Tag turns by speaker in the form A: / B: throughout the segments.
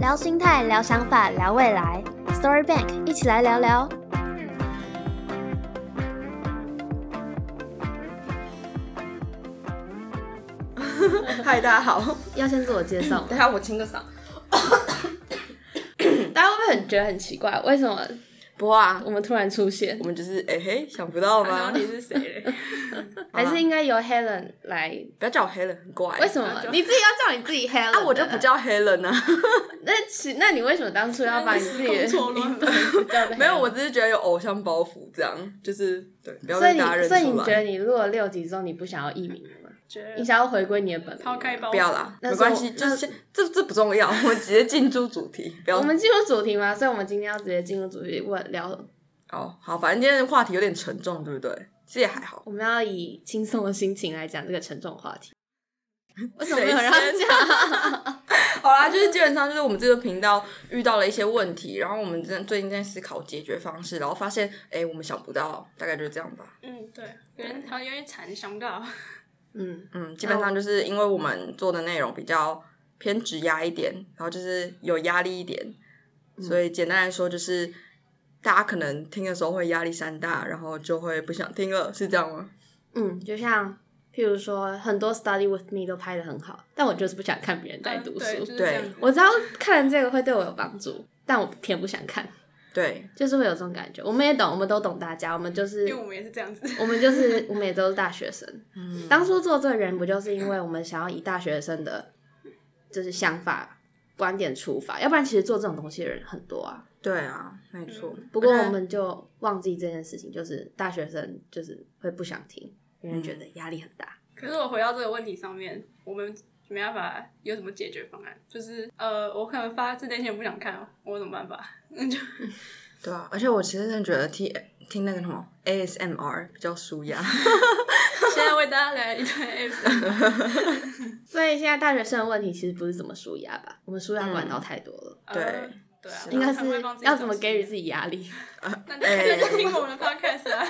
A: 聊心态，聊想法，聊未来。Story Bank，一起来聊聊。
B: 嗨，大家好，
C: 要先自我介绍吗
B: 等一下我清个嗓。
C: 大家会不会很觉得很奇怪，为什么
B: 不啊，
C: 我们突然出现
B: 我？们就是哎、嘿，想不到吧？
D: 是谁嘞？
C: 还是应该由 Helen 来？
B: 不要叫我黑人，很怪。
C: 为什么你自己要叫你自己 Helen？
B: 啊，我就不。叫黑人啊，
C: 那其那你为什么当初要把你自己的
D: 工作乱了
C: 名字叫 Helen？
B: 没有，我只是觉得有偶像包袱，这样就是对，不要
C: 所以
B: 被
C: 你
B: 大家认出
C: 所
B: 来。
C: 以你觉得你录了六集之后，你不想要艺名了吗？
D: 觉
C: 你
D: 得
C: 想要回归你的本名吗
D: 抛开包袱，
B: 不要啦，
C: 那
B: 没
C: 是
B: 关
C: 我
B: 系，就
C: 那
B: 是先这这不重要，我 们直接进入主题。不要
C: 我们进入主题吗？所以我们今天要直接进入主题，问聊
B: 哦，好，反正今天的话题有点沉重，对不对？其实也还 好。
C: 我们要以轻松的心情来讲这个沉重话 题。为什么
B: 谁
C: 没有人要
B: 先
C: 讲？
B: 好啦，就是基本上就是我们这个频道遇到了一些问题，然后我们真的最近在思考解决方式，然后发现哎、我们想不到，大概就是这样吧。
D: 嗯，对，有点好像有点惨，想不到。
C: 嗯，
B: 嗯，基本上就是因为我们做的内容比较偏直压一点，然后就是有压力一点，
C: 嗯
B: 所以简单来说就是大家可能听的时候会压力山大，然后就会不想听了，是这样吗？
C: 嗯，就像譬如说，很多 Study with me 都拍的很好，但我就是不想看别人在
D: 在
C: 读书。
D: 呃嗯对，就是这样子。
C: 我知道看这个会对我有帮助，但我偏不想看，
B: 对，
C: 就是会有这种感觉。我们也懂，我们都懂大家，我们就是
D: 因为我们也是这样子。
C: 我们就是我们也都是大学生。
B: 嗯，
C: 当初做这个人，不就是因为我们想要以大学生的，就是想法观点出发，要不然其实做这种东西的人很多啊。
B: 对啊，没错。
C: 嗯不过
B: 而且
C: 我们就忘记这件事情，就是大学生就是会不想听，因为觉得压力很大。
D: 可是我回到这个问题上面，我们没办法有什么解决方案，就是呃，我可能发自内心不想看，哦我有什么办法？ 那就
B: 对啊，而且我其实真的觉得听听那个什么 ASMR 比较舒压。
D: 现在为大家来 一段 ASMR。
C: 所以现在大学生的问题其实不是怎么舒压吧，我们舒压管道太多了，
D: 呃
B: 对
D: 对啊，
C: 应该
D: 他们会帮
C: 是
D: 自己
C: 要怎么
D: 找
C: 给予
D: 时
C: 自己压力。
D: 间？那你就听我们的 podcast 啊，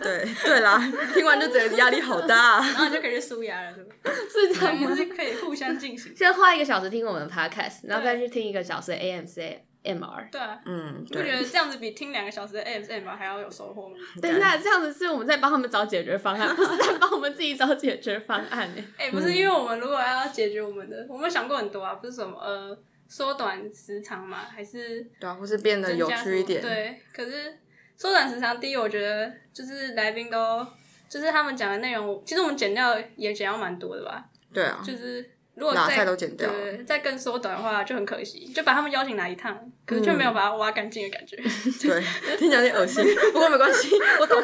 B: 对对啦，听完就觉得压力好大、
D: 然后就可以去舒压了，对吧？
C: 是这样
D: 我
C: 吗
D: 们？是可以互相进行。
C: 先花一个小时听我们的 podcast，然后再去听一个小时的 AMC MR。
D: 对啊，
B: 嗯，
D: 你不觉
B: 对
D: 得这样子比听两个小时的 ASMR 还要有收获吗？
C: 等一下，这样子是我们在帮他们找解决方案，不是在帮我们自己找解决方案哎、
B: 嗯
D: 哎、不是，因为我们如果要解决我们的，我们想过很多啊，不是什么呃缩短时长嘛，还是
B: 对啊，或是变得
D: 增
B: 有
D: 加什
B: 趣一
D: 么
B: 点。
D: 对，可是缩短时长，第一，我觉得就是来宾都就是他们讲的内容，其实我们剪掉也剪掉蛮多的吧，
B: 对啊，
D: 就是如果
B: 哪
D: 再
B: 菜都剪掉了
D: 对，再更缩短的话就很可惜，就把他们邀请来一趟，可是
B: 嗯
D: 却没有把它挖干净的感觉。
B: 对， 听起来有点恶心， 不过没关系，我懂。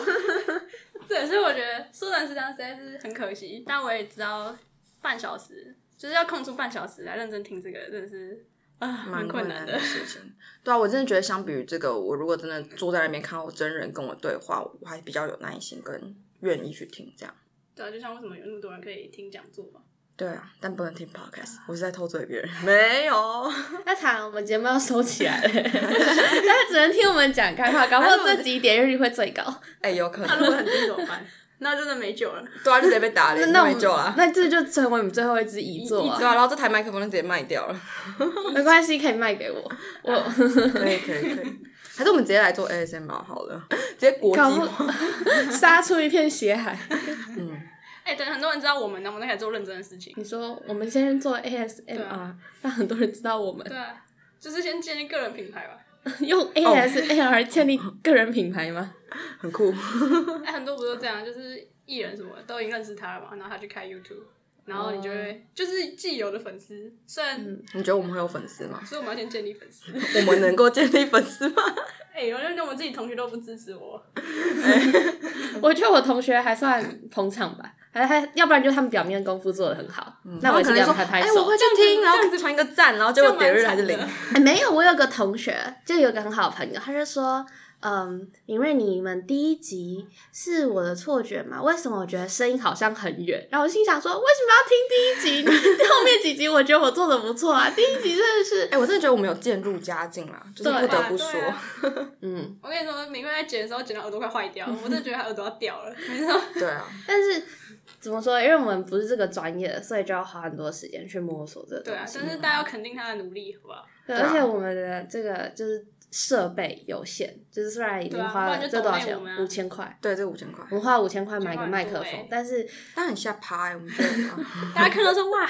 D: 对，所以我觉得缩短时长实在是很可惜，但我也知道半小时就是要空出半小时来认真听这个，真的是啊，
B: 蛮
D: 蛮
B: 困
D: 难
B: 的。事情。对啊，我真的觉得相比于这个，我如果真的坐在那边看到我真人跟我对话，我还比较有耐心跟愿意去听这样。
D: 对啊，就像为什么有那么多人可以听讲座 嘛？
B: 对啊，但不能听 podcast，我是在偷嘴别人。没有，
C: 那惨，我们节目要收起 来了，大家只能听我们讲干话，搞不好这集点阅率会 最高。
B: 哎、有可
D: 那如果
B: 能，
D: 很低怎么办？ 那真的没救了。
B: 对啊，就直接被打
C: 那
B: 脸，
C: 那我
B: 没
C: 们
B: 救了。
C: 那这就成为我们最后一支遗作
B: 对
C: 啊，
B: 啊，然后这台麦克风就直接卖掉了。
C: 没关系，可以卖给我。我
B: 可以，可以，可以。还是我们直接来做 ASMR 好了，直接国际
C: 搞不
B: 化。
C: 杀出一片血海。
D: 哎、等很多人知道我们，那我们才做认真的事情。
C: 你说我们先做
D: 对
C: ASMR，
D: 啊
C: 让很多人知道我们
D: 对啊，就是先建立个人品牌吧。
C: 用 ASMR 建立个人品牌吗？
B: 很酷。
D: 哎、很多不都这样，就是艺人什么的都已经认识他了嘛，然后他去开 YouTube，然后你就会、就是既有的粉丝，虽然、
B: 你觉得我们会有粉丝吗？
D: 所以我们要先建立粉丝。
B: 我们能够建立粉丝吗？
D: 哎、我就连我自己同学都不支持我。
C: 我觉得我同学还算捧场吧，还还要不然就是他们表面功夫做的很好，那我也
B: 可
C: 是
B: 能
C: 跟他
B: 说，
C: 们拍拍
B: 哎、
C: 手
B: 我。会去听，
D: 这
B: 然
D: 样子
B: 后传一个赞，然后结果点阅率还是零
D: 这样蛮惨。
C: 哎，没有，我有个同学，就有个很好的朋友，他就说，嗯，敏锐，你们第一集是我的错觉吗？为什么我觉得声音好像很远？然后我心想说，为什么要听第一集？后面几集我觉得我做的不错啊，第一集真的是
B: 哎、，我真的觉得我们有渐入佳境啦，就是
C: 对
B: 不得不说，
D: 对啊
C: 嗯，
D: 我跟你说，明慧在剪的时候剪到耳朵快坏 掉了，我真的觉得她耳朵要掉了。没错，
B: 对啊，
C: 但是怎么说？因为我们不是这个专业的，所以就要花很多时间去摸索这个
D: 对
C: 东
D: 啊，
C: 西。
D: 但是大家要肯定她的努力，好不好？
C: 对
B: 对啊
C: 而且我们的这个就是设备有限，就是虽然已经
D: 对啊
C: 花
D: 不然
C: 了
D: 就
C: 这多少
D: 抖内
C: 钱
D: 我们？啊
C: 五千块。啊
B: 对，这五千块
C: 我，们花五千块买个麦克
D: 就花很多
C: 风
D: 欸，
C: 但是
B: 但很下趴哎、我们觉得啊
D: 大家看到说哇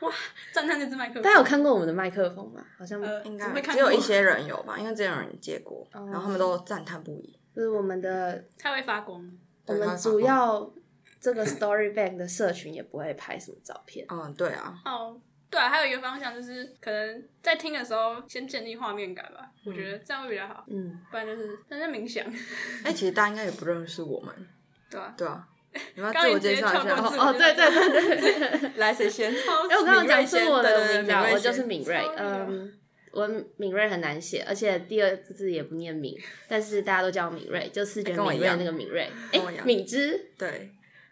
D: 哇，赞叹这支麦克风。
C: 大家有看过我们的麦克风吗？好像
D: 呃，
B: 应
D: 我没
B: 该
D: 看
B: 只有
D: 过
B: 一，些人有吧，因为之前有人借过，
C: 哦
B: 然后他们都赞叹不已。
C: 就是我们的
D: 它会发光。
C: 我
B: 对
C: 们
B: 它
C: 主
B: 发光
C: 要这个 Story Bank 的社群也不会拍什么照片，
B: 嗯，对啊，
D: 哦，对啊，还有一个方向就是可能在听的时候先建立画面感吧，我觉得这样会比较好，
C: 嗯，
D: 不然就是但是冥想，
B: 哎、其实大家应该也不认识我们，
D: 对吧？
B: 对啊，你们要
D: 刚
B: 自
D: 刚
B: 我
D: 你直
B: 介
D: 接
B: 绍一
D: 跳
B: 下哦哎
D: 过
B: 吗
C: 哦
D: 自。
C: 哦，对对对对，
B: 来，谁 先？
D: 超
C: 因为我刚刚讲
B: 敏锐
C: 出
B: 先
C: 我
B: 对
C: 的
B: 对对
C: 名字啊，
B: 敏锐
C: 我就是
B: 先啊
C: 敏锐
D: 超，
C: 嗯，我敏锐很难写，而且第二个字也不念敏，但是大家都叫我敏锐，就视觉
B: 哎跟我
C: 敏
B: 一
C: 锐
B: 样
C: 那个敏锐，
B: 跟我一
C: 哎，
B: 样
C: 敏之，
B: 对，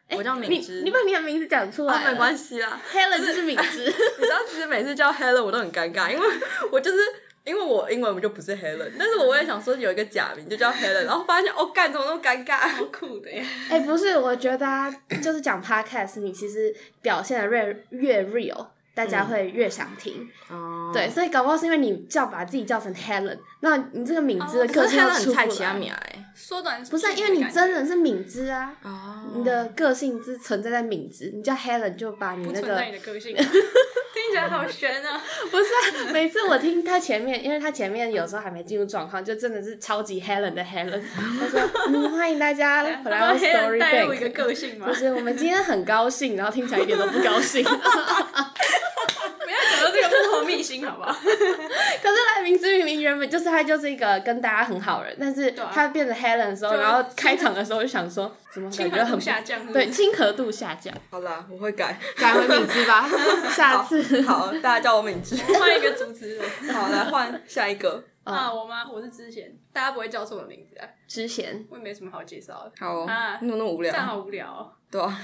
C: 哎，
B: 我叫
C: 你
B: 敏之
C: 你把你的名字讲出
B: 啊，
C: 来，
B: 没关。系啦。
C: Helen 就是敏之，
B: 你知道，其实每次叫 Helen 我都很尴尬，因为我就是 因为我英文我就不是 Helen，但是我也想说有一个假名就叫 Helen，然后发现哦，干怎么那么尴尬？
D: 酷的耶！
C: 哎，不是，我觉得啊，就是讲 podcast，你其实表现的越越 real，大家
B: 嗯
C: 会越想听。
B: 哦
C: 对，，所以搞不好是因为你叫把自己叫成 Helen，那你这个敏芝的
D: 哦
C: 个
B: 可是
C: 性又
B: Helen 很
C: 出不来。
B: 菜奇亚米哎，
D: 缩短
C: 不是啊、因为你真人是敏芝啊，
B: 哦
C: 你的个性是存在在敏芝，你叫 Helen 就把你
D: 不
C: 那
D: 存在
C: 个
D: 你的个性，啊听起来好悬啊！
C: 不是、啊。 每次我听他前面，因为他前面有时候还没进入状况，就真的是超级 Helen 的 Helen。他说：“嗯，欢迎大 家回来
D: 然
C: 我
D: 后黑人
C: Story
D: 带入一个
C: Bank。”
D: 个性嘛
C: 就，是我们今天很高兴，然后听起来一点都不高兴。
D: 不要讲到这个幕后秘辛，好不好？
C: 可是来明之明明原本就是他就是一个跟大家很好人，但是
D: 对啊
C: 他变成 Helen 的时候，
D: 就
C: 然后开场的时候就想说，怎么
D: 亲
C: 感觉
D: 和
C: 很
D: 度
C: 不
D: 下降，是不是
C: 对，亲和度下降，
B: 好啦，我会改，
C: 改回敏之吧， 下次。
B: 好，大家叫我敏芝。
D: 换一个主 持人
B: 好，来换下一个。
D: 啊！我妈我是之前，大家不会叫错我的名字啊，
C: 哦之前
D: 我也没什么好介绍的，
B: 好
D: 啊
B: 哦，你怎么那么无
D: 这样
B: 聊？
D: 好无聊哦。
B: 对啊，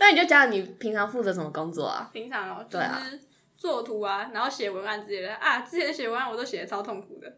C: 那你就讲你平常负责什么工作啊？
D: 平常哦，就
C: 对啊
D: 是做图啊，然后写文案之类的啊。之前写文案我都写的超痛苦的，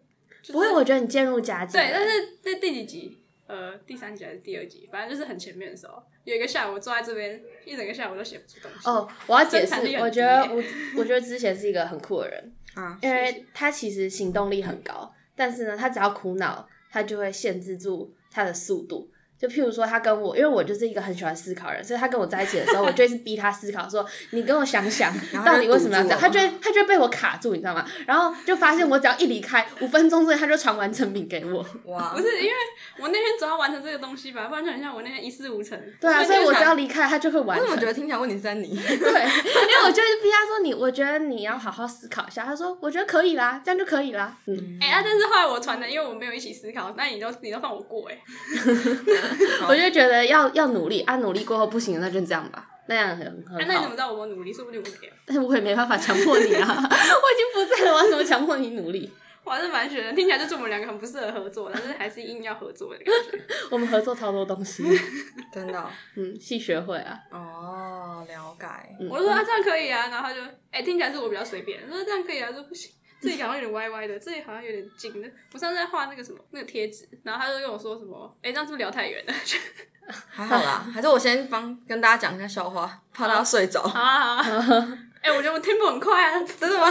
D: 就是、
C: 不会，我觉得你渐入佳境了。
D: 对，但是在第几集？呃，第三集还是第二集？反正就是很前面的时候，有一个下午我坐在这边，一整个下午都写不出东西。
C: 哦，我要解释
D: 生产力，很
C: 我
D: 低
C: 觉得我我觉得之前是一个很酷的人，
B: 啊，
C: 因为他其实行动力很高，但是呢，他只要苦恼，他就会限制住他的速度。就譬如说，他跟我，因为我就是一个很喜欢思考的人，所以他跟我在一起的时候，我就一直逼他思考说，你跟我想想，
B: 然后他
C: 到
B: 就
C: 底为什么要这样？
B: 堵住
C: 他
B: 了
C: 就会他就会被我卡住，你知道吗？然后就发现我只要一离开，五分钟之内他就传完成品给我。
B: 哇
D: 不，是因为我那天总要完成这个东西吧，不然就很像我那天一事无成。
C: 对啊，
D: 就
C: 所以我只
D: 想
C: 要离开，他就会完
B: 我怎
C: 成
B: 么。觉得听起来问题是在你？
C: 对，因为我就是逼他说你，我觉得你要好好思考一下。他说我觉得可以啦，这样就可以啦。嗯，
D: 哎、啊，但是后来我传的，因为我们没有一起思考，那你都你都放我过哎、
C: 我就觉得要要努力啊，努力过后不行，那就这样吧，那样很
D: 啊，
C: 很
D: 那你怎
C: 好
D: 么。知道我们努力？说不定我没有，
C: 但 我也没办法强迫你啊， 我已经不在了，我要怎么强迫你努力？
D: 我还是蛮学的。听起来就是我们两个很不适合合作，但是还是硬要合作的感觉。
C: 我们合作超多东西，
B: 真的哦
C: 嗯，系学会啊，
B: 哦，了解。
D: 我就说啊，这样可以啊，然后他就哎、听起来是我比较随便，我说这样可以啊，他说不行，这里好像有点歪歪的，这里好像有点近的。我上次在画那个什么那个贴纸，然后他就跟我说什么，哎、这样是不是聊太远了？
B: 还好啦，还是我先帮跟大家讲一下笑话，怕大家睡着。
D: 好 啊好啊，哎、我觉得我 tempo 很快啊， 真的吗？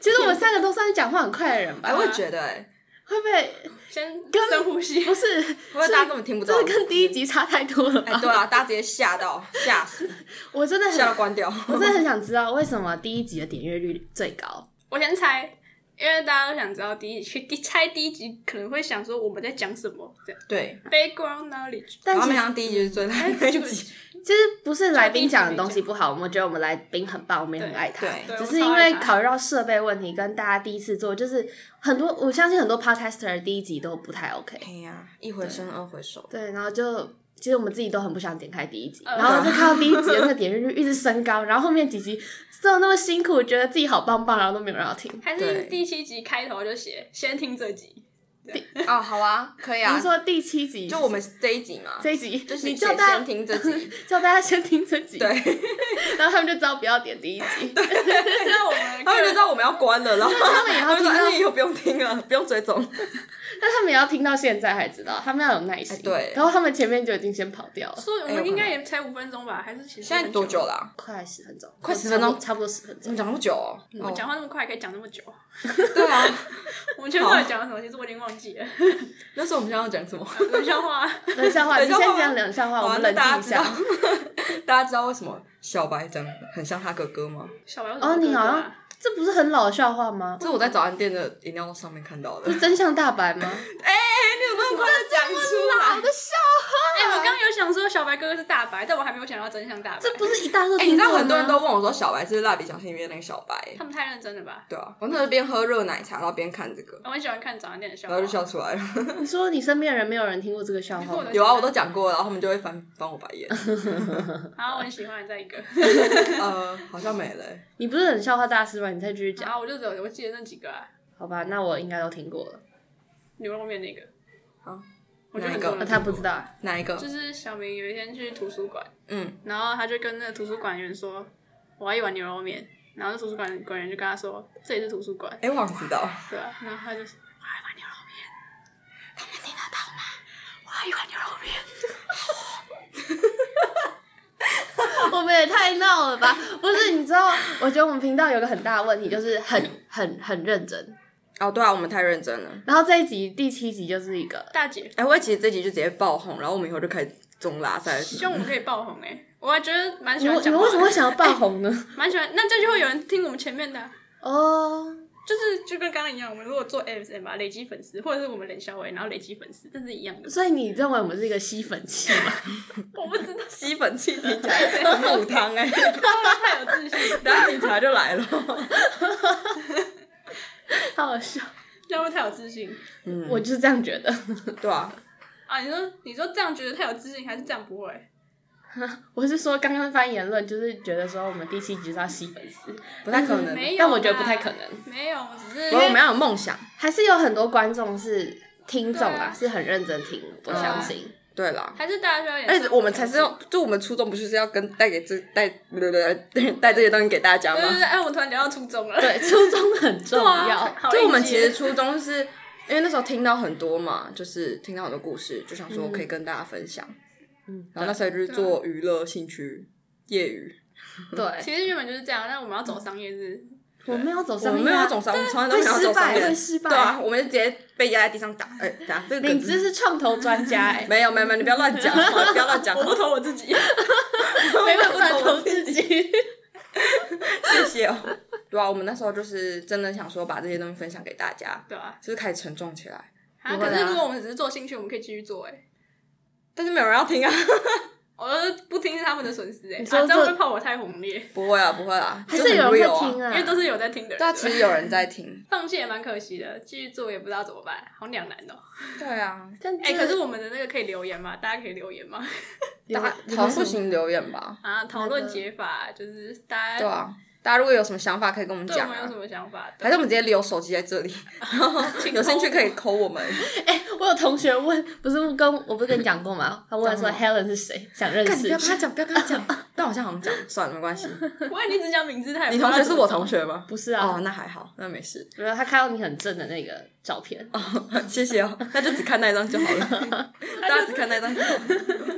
C: 其实我们三个都算是讲话很快的人吧
B: 哎，，我也觉得哎，
C: 会不会
D: 先深呼吸，
C: 不是？
B: 会不会大家根本听不到
C: 这？跟第一集差太多了
B: 哎，
C: 吧？
B: 对 啊，大家直接吓到，吓死，
C: 我真的
B: 吓到
C: 很，
B: 关掉。
C: 我真的很想知道为什么第一集的点阅率最高？
D: 我先猜。因为大家都想知道第一集，第猜第一集可能会想说我们在讲什么，这样
B: 对，
D: background knowledge。
C: 但
B: 然后
C: 其哎
B: 没
C: 实
B: 想到第一集是最烂的一集。
C: 其实不是来宾讲的东西不好，我们觉得我们来宾很棒，我们也很爱他
B: 对。
D: 对
C: 只是因为考虑到设备问题，跟大家第一次做，就是很多我相信很多 podcaster 第一集都不太 OK。
B: 哎呀，一回生二回熟。
C: 对，然后就其实我们自己都很不想点开第一集，
D: 呃
C: 然后就看到第一集的那个点阅率一直升高，然后后面几集做那么辛苦，觉得自己好棒棒，然后都没有人要听。
D: 还
B: 对
D: 是第七集开头就写先听这集，
E: 哦，好啊，可以
C: 你
E: 啊
C: 是。说第七集，
B: 就我们这一集嘛，
C: 这一集，
B: 就是
C: 你
B: 先
C: 叫大
B: 先
C: 家
B: 听这 集，
C: 叫大家先听这集，
B: 对，
C: 然后他们就知道不要点第一集。
D: 这样我们
B: 他们就
D: 个
B: 知道我们要关了， 然后
C: 他们也要
B: 他们说
C: 听到
B: 哎那以后不用听了，不用追 踪。
C: 但他们也要听到现在才知道，他们要有耐心。
B: 哎对
C: 然后他们前面就已经先跑掉了，
D: 说我们应该也才五分钟吧，还是其实
B: 现在
D: 很
B: 多久
D: 了？
B: 了？
C: 快十分钟，
B: 快10分钟
C: 差不多十分
B: 你
C: 钟
B: 们。讲那么久哦？
D: 我
B: 哦
D: 讲话那么快，可以讲那么久。
B: 对啊，
D: 我们前面到底讲了什么？其实我已经忘记了。
B: 那时候我们想要讲什么？
D: 冷笑话，
C: 冷笑话，
B: 冷
C: 你
B: 笑
C: 先
B: 话
C: 讲冷笑话，
B: 好
C: 我
B: 啊
C: 们
B: 那
C: 冷静
B: 大家知
C: 一
B: 道
C: 下。，
B: 大家知道为什 么小白长得很像他哥哥吗？
D: 小白为什么
C: 哦，你
D: 哥哥
C: 好
D: 啊
C: 像这不是很老的笑话吗？
B: 这是我在早餐店的饮料上面看到的。
C: 不是真相大白吗？
B: 你怎么快就讲出来？
D: 哎、我刚刚有想说小白哥哥是大白，但我还没有想到真相大白。
C: 这不是一大热
B: 哎、你
C: 听
B: 知
C: 过啊
B: 道很
C: 吗？
D: 啊
B: 多人都问我说小白是不是蜡笔小新里面那个小白
D: 他？们太认真了吧？
B: 对啊，我那时候边喝热奶茶，然后边看这个，
D: 我很喜欢看早餐店的笑
B: 然
D: 话。
B: 后就笑出来 了。
C: 你说你身边的人没有人听过这个笑
D: 你跟
C: 话
D: 我
C: 吗
D: 的？
B: 有啊，我都讲过了，然后他们就会翻翻我白眼。
D: 然后我很喜欢再一个，
B: 呃，好像没了欸、
C: 你不是冷笑话大师吗？你再继续
D: 然
C: 讲。
D: 后我就只有我记得那几个啊，
C: 好吧，那我应该都听过了。
D: 牛肉面那个。
B: 啊，
D: 我觉得
B: 哪一
D: 很
B: 个
D: 多
C: 那
D: 人
C: 他不知道啊，
B: 哪一个？
D: 就是小明有一天去图书馆，
B: 嗯，
D: 然后他就跟那个图书馆员说：“我要一碗牛肉面。”然后那图书馆馆员就跟他说：“这里是图书馆。”
B: 哎、我好像知道。
D: 对啊，然后他就说我要一碗牛肉面，他们听得到吗？我要一碗牛肉面。
C: 我们也太闹了吧？不是，你知道，我觉得我们频道有个很大的问题，就是很很很认真。
B: 哦，对啊，我们太认真了。
C: 然后这一集第七集就是一个，
D: 大姐，
B: 哎、我其实这集就直接爆红，然后我们以后就开始中拉赛了。
D: 希望我们可以爆红哎、我还觉得蛮
C: 你
D: 喜欢
C: 们你
D: 讲
C: 们为
D: 话的，
C: 什么会想要爆红呢？
D: 蛮喜欢？那这就会有人听我们前面的啊、
C: 哦，
D: 就是就跟刚刚一样，我们如果做 MSM 吧，累积粉丝，或者是我们冷笑伟，然后累积粉丝，这是一样的。
C: 所以你认为我们是一个吸粉器吗？
D: 我不知道，
B: 吸粉器听起来很母汤哎、
D: 太有自信，
B: 等下警察就来了。
C: 好好笑，
D: 要不太有自信
B: 嗯，
C: 我就是这样觉得。
B: 对啊，
D: 啊？你说你说这样觉得太有自信，还是这样不会？
C: 我是说刚刚番言论，就是觉得说我们第七集就是要吸粉丝，
B: 不太可能。
D: 没有，
C: 但我觉得不太可。能，
D: 没有，我只是
B: 所以我们要有梦想。
C: 还是有很多观众是听众
D: 对
C: 啊，
D: 啊
C: 是很认真听，我
D: 对啊
C: 相 信。
B: 对啦，
D: 还是大家需要一
B: 而
D: 点
B: 且
C: 哎
D: 生活
B: 哎我们才是要，就我们初衷不就是要跟带给这带对对对带这些东西给大家
D: 对对
B: 吗？
D: 对，哎，我突然聊到初中了。
C: 对，初衷很重要。
D: 好
B: 就我们
D: 应
B: 其
D: 接
B: 实初衷是因为那时候听到很多嘛，就是听到很多故事，就想说可以跟大家分享。
C: 嗯，
B: 然后那时候就是做娱乐兴趣业余，
C: 对，
D: 其实原本就是这样，但我们要走商业日，
C: 我没有走
B: 我
C: 上，啊
B: 们没有要走商，我们从来都
C: 会
B: 没有要
C: 失
B: 走商
C: 败，
B: 业
C: 哦会。失败。
B: 对啊，我们就直接被压在地上打，哎、打这个
C: 你
B: 梗
C: 这是创投专家 哎、
B: 没有没有没有，你不要乱讲，话，不要乱 讲，
D: 我不投我自己。
C: 没办法投自己。
B: 谢谢哦。对啊，我们那时候就是真的想说把这些东西分享给大家，
D: 对啊，
B: 就是开始沉重起来。
D: 啊，
C: 不会啊
D: 可是如果我们只是做兴趣，我们可以继续做哎、
B: 但是没有人要听啊，
D: 我就不听是他们的损失哎、
C: 你
D: 啊，
C: 说
D: 这样
C: 这
D: 会怕我太红烈，
B: 不会啊，不会啊，
C: 还
B: 就是很
C: 有人
B: real
C: 会
B: 啊
C: 听啊，
D: 因为都是有在听的人。
B: 对啊，其实有人在 听。
D: 放弃也蛮可惜的，继续做也不知道怎么办，好两难哦、
B: 对啊，
C: 但
D: 哎、
C: 这
D: 可是我们的那个可以留言吗？大家可以留言吗？
C: 有
B: 大家
C: 有
B: 好像
C: 什
B: 不
C: 么
B: 行留言吧？
D: 啊，讨论解法就是大
B: 对
D: 家
B: 啊，大家如果有什么想法可以跟我们
D: 对我
B: 讲
D: 们有
B: 啊
D: 什，么想法？
B: 还是我们直接留手机在这里，
D: 请
B: 有兴趣可以扣
D: 投
B: 我们。
C: 我有同学问，不是跟我不是跟你讲过吗？ 他问说
B: 讲
C: Helen 是谁，想认
B: 看，你不
C: 识
B: 要。跟他讲，不要跟他 讲。但我现在好像讲，算了，没关系。
D: 我，我已经只讲名字，他也
B: 你
D: 不知道
B: 同学是我
D: 怎么
B: 同学吗？
C: 不是
B: 哦
C: 啊，，
B: 那还好，那没事。
C: 没有他看到你很正的那个照 片，
B: 谢谢哦，那就只看那一张就好了，大家只看那一张就好了。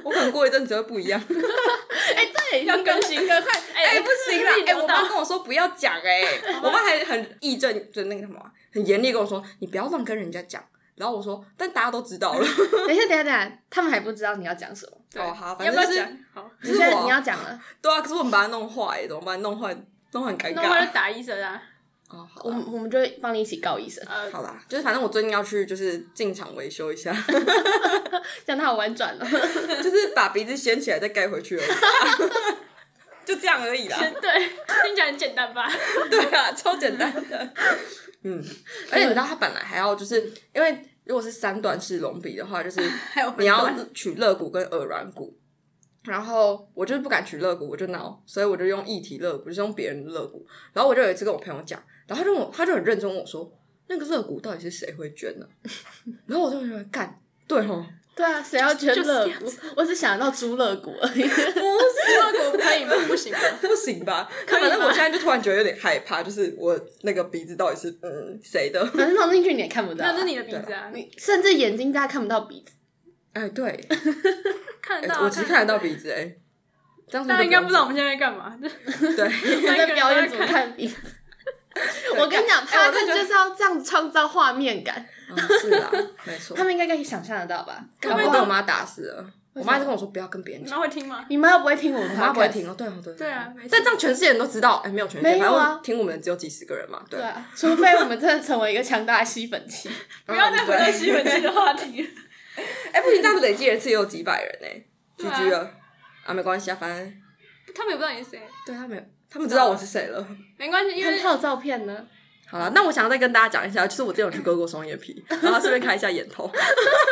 B: 我可能过一阵子会不一样。
C: 哎 对，
D: 要更新更快，哎、
B: 哎、不行啦！
D: 自己
B: 哎、
D: 留
B: 我
D: 到
B: 妈跟我说不要讲 哎、我妈还很义正，就那个什么啊，很严厉跟我说，你不要乱跟人家讲。然后我说，但大家都知道了。
C: 等一下，等一下，等一下，他们还不知道你要讲 什么。
D: 对
B: 哦好反
D: 要不要
B: 正是
D: 讲？好，
C: 你
B: 是
C: 现在
B: 我
C: 你要讲了，
B: 对啊，可是我们把它弄坏、怎么办？弄坏，弄很尴
D: 那我
B: 尬
D: 就。打医生啊。
B: 哦，好
C: 我
B: 啦，
C: 们我们就帮你一起告医生，
D: 呃，
B: 好啦，就是反正我最近要去，就是进场维修一 下，
C: 这样他好婉转哦了。
B: 就是把鼻子掀起来再盖回去了， 就这样而已 啦。
D: 对，听起来很简单吧？
B: 对啊，超简单的。嗯，而且你知道，它本来还要就是因为如果是三段式隆鼻的话，就是
D: 还有
B: 你要 取肋骨跟耳软骨。然后我就是不敢取肋骨，我就挠，所以我就用异体肋骨，就是用别人的肋骨。然后我就有一次跟我朋友讲，然后他就问我他就很认真问我说：“那个乐谷到底是谁会捐呢、 然后我就觉得干，对哦吼，
C: 对啊，谁要捐
D: 就是
C: 乐
D: 这样
C: 谷？我只想到猪乐谷 而已。
D: 那个可以吗？不行吗？
B: 不行吧？可反正我现在就突然觉得有点害怕，就是我那个鼻子到底是嗯谁 的？
C: 反正弄进去你也看不到啊、
D: 那是你的鼻子啊，
C: 你甚至眼睛大家看不到鼻子。
B: 哎，对，
D: 看
B: 哎
D: 得到啊，
B: 我其实看得到鼻子哎、这样子
D: 大家应该不知道我
B: 们
D: 们现在在 干嘛。
B: 对，
D: 在
C: 在表演怎么看鼻子？ 我跟你讲，
B: 哎
C: 他
B: 我真的
C: 们
B: 觉
C: 就
B: 得
C: 是要这样创造画面感。
B: 嗯是啊，没错
C: 他。们应该可以想象得到吧？
B: 干我被我妈打死了，我妈一直跟我说不要跟别人
D: 你
B: 讲，
D: 们会听吗？
C: 你妈又不会听我 们，
B: 我妈不会。听哦。对哦，对
D: 对啊没事
B: 但这样全世界人都知道，哎，没有全世界，
C: 没有
B: 反
C: 啊
B: 正听我们的只有几十个人嘛。对
C: 对，啊，除非我们真的成为一个强大的吸粉器。
B: 哦
D: 不要再回到西门庆的话题了。
B: 哎，不行，这样子累计人次也有几百人哎，居
D: 对啊
B: 居了啊，没关系啊，反正
D: 他们也不知道你是谁，
B: 对他们，他们知道我是谁了。
D: 没关系，因
C: 看
D: 为
C: 他有照片呢，
B: 好了，那我想要再跟大家讲一下，就是我之前有去割过双眼皮，然后顺便开一下眼头。